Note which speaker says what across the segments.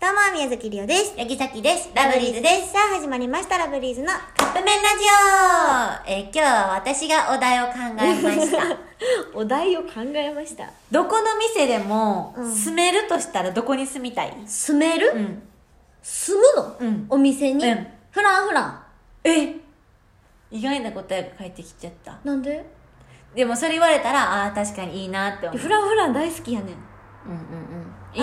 Speaker 1: どうも、宮崎りおです。
Speaker 2: ヤギザキです。ラブリーズです。。
Speaker 1: さあ、始まりました、ラブリーズの。
Speaker 2: カップ麺ラジオえー今日は私がお題を考えました。
Speaker 1: お題を考えました。
Speaker 2: どこの店でも
Speaker 1: うん
Speaker 2: 住めるとしたらどこに住みたい
Speaker 1: 住める、
Speaker 2: うん。
Speaker 1: 住むの、
Speaker 2: うん
Speaker 1: お店に、
Speaker 2: うん
Speaker 1: フランフラン。
Speaker 2: え意外な答えが返ってきちゃった。
Speaker 1: なんで
Speaker 2: でもそれ言われたら、ああー、確かにいいなって思う。
Speaker 1: フランフラン大好きやねん。
Speaker 2: うんうん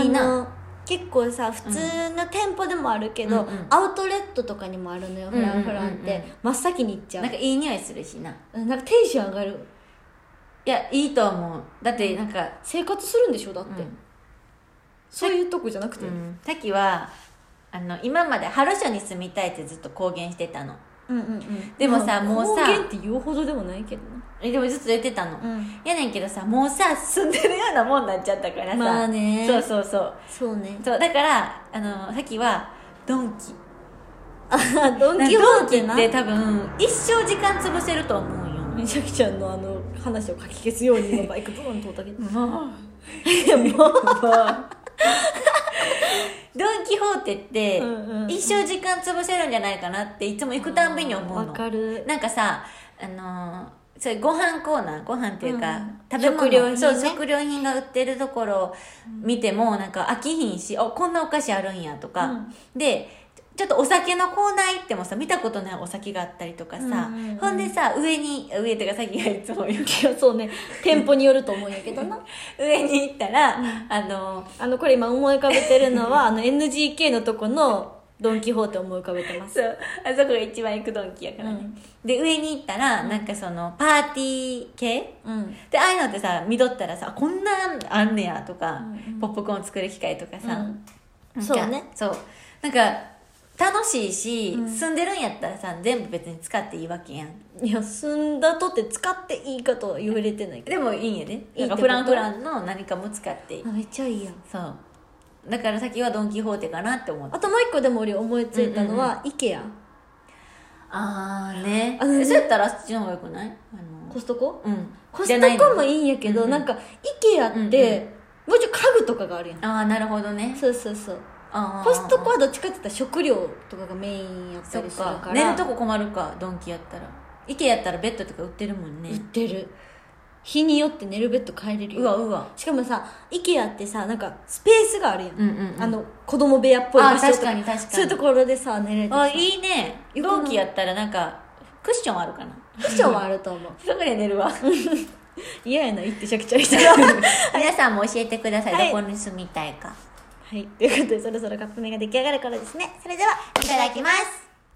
Speaker 2: うん。いい
Speaker 1: あ
Speaker 2: な。
Speaker 1: の。結構さ、普通の店舗でもあるけど、
Speaker 2: うんうん
Speaker 1: アウトレットとかにもあるのよ、フランフランっ
Speaker 2: うん
Speaker 1: て
Speaker 2: うんうん。
Speaker 1: 真っ先に行っちゃ
Speaker 2: なんかいい匂いするしな。
Speaker 1: う。うんなんかテンション上がる。
Speaker 2: いや、いいと思う。だってなんか、
Speaker 1: 生活するんでしょだって、
Speaker 2: うん
Speaker 1: そういうとこじゃなくて。うん
Speaker 2: さっきは、あの、今まで春署に住みたいってずっと公言してたの。
Speaker 1: うんうん
Speaker 2: でもさ
Speaker 1: まあ
Speaker 2: もうさ
Speaker 1: 方言って言うほどでもないけどな。
Speaker 2: えでもずっと言ってたの。
Speaker 1: うん。
Speaker 2: やねんけどさもうさ住んでるようなもんなっちゃったからさ
Speaker 1: まあね
Speaker 2: そうそうそう
Speaker 1: そうね。
Speaker 2: そうだからあのさっきはドンキ
Speaker 1: あ ドン・キホーテ
Speaker 2: ド
Speaker 1: な
Speaker 2: ンキって多分一生時間潰せると思うよ
Speaker 1: めちゃくちゃんのあの話をかき消すようにバイクブーンとったけ ど
Speaker 2: もう
Speaker 1: もう
Speaker 2: ドン・キホーテって
Speaker 1: うんうんうん
Speaker 2: 一生時間潰せるんじゃないかなっていつも行くたんびに思う
Speaker 1: わ
Speaker 2: の
Speaker 1: かる
Speaker 2: なんかさあのーそれご飯コーナーご飯っていうか、
Speaker 1: うん
Speaker 2: 食べ物
Speaker 1: 食料品ね
Speaker 2: そう食料品が売ってるところ見てもなんか飽きひんしあこんなお菓子あるんやとか、
Speaker 1: うん
Speaker 2: でちょっとお酒のコーナー行ってもさ見たことないお酒があったりとかさ、
Speaker 1: うんうんうん
Speaker 2: ほんでさ上に上っていうかさっきがいつも言う
Speaker 1: いやそうね店舗によると思うんやけどな
Speaker 2: 上に行ったら、あのー
Speaker 1: あのこれ今思い浮かべてるのはあの NGK のとこのドン・キホーテ思い浮かべてます
Speaker 2: そうあそこが一番行くドンキやからね、で上に行ったらなんかそのパーティー系
Speaker 1: うん
Speaker 2: でああいうのってさ見とったらさこんなんあんねやとか、
Speaker 1: うんうん
Speaker 2: ポップコーン作る機械とかさ、
Speaker 1: うん
Speaker 2: なんか
Speaker 1: そうね
Speaker 2: そうなんか楽しいし、
Speaker 1: うん
Speaker 2: 住んでるんやったらさ全部別に使っていいわけやん
Speaker 1: いや住んだとって使っていいかとは言われてないけ
Speaker 2: でもいいんやで、ね、
Speaker 1: いいって
Speaker 2: な
Speaker 1: こ
Speaker 2: ん
Speaker 1: と
Speaker 2: かフランフランの何かも使っていい
Speaker 1: どあめっちゃいいやん
Speaker 2: そうだから先はドン・キホーテかなって思った
Speaker 1: あともう一個でも俺思いついたのは IKEA
Speaker 2: ああね
Speaker 1: あのね
Speaker 2: そうやったらそっちの方がよくないあの
Speaker 1: コストコ
Speaker 2: うん
Speaker 1: コ
Speaker 2: じゃ
Speaker 1: ス
Speaker 2: ない
Speaker 1: ト
Speaker 2: の
Speaker 1: コもいいんやけ
Speaker 2: うん
Speaker 1: ど
Speaker 2: うん
Speaker 1: なんか IKEA ってもうちょい家具とかがあるやん
Speaker 2: ああなるほどね
Speaker 1: そうそうそう
Speaker 2: あー
Speaker 1: コストコはどっちかって言ったら食料とかがメインやった
Speaker 2: そっ
Speaker 1: りするから
Speaker 2: か寝るとこ困るかドンキやったら池やったらベッドとか売ってるもんね
Speaker 1: 売ってる日によって寝るベッド変えれるよ
Speaker 2: うわうわ
Speaker 1: しかもさ IKEA ってさなんかスペースがあるやん、
Speaker 2: うんうんうん
Speaker 1: あの子供部屋っぽい
Speaker 2: あ
Speaker 1: 場所と
Speaker 2: 確かに確かに
Speaker 1: そういうところでさ寝れて
Speaker 2: あ
Speaker 1: さ
Speaker 2: いいね
Speaker 1: 横の
Speaker 2: 同期やったらなんかクッションあるかな
Speaker 1: クッションはあると思う
Speaker 2: そこで寝るわ
Speaker 1: 嫌やな言ってシャキシャキしたら は
Speaker 2: 皆さんも教えてください、
Speaker 1: はい
Speaker 2: どこに住みたいか
Speaker 1: いということでそろそろカップ麺が出来上がる頃ですねそれではい
Speaker 2: いただきます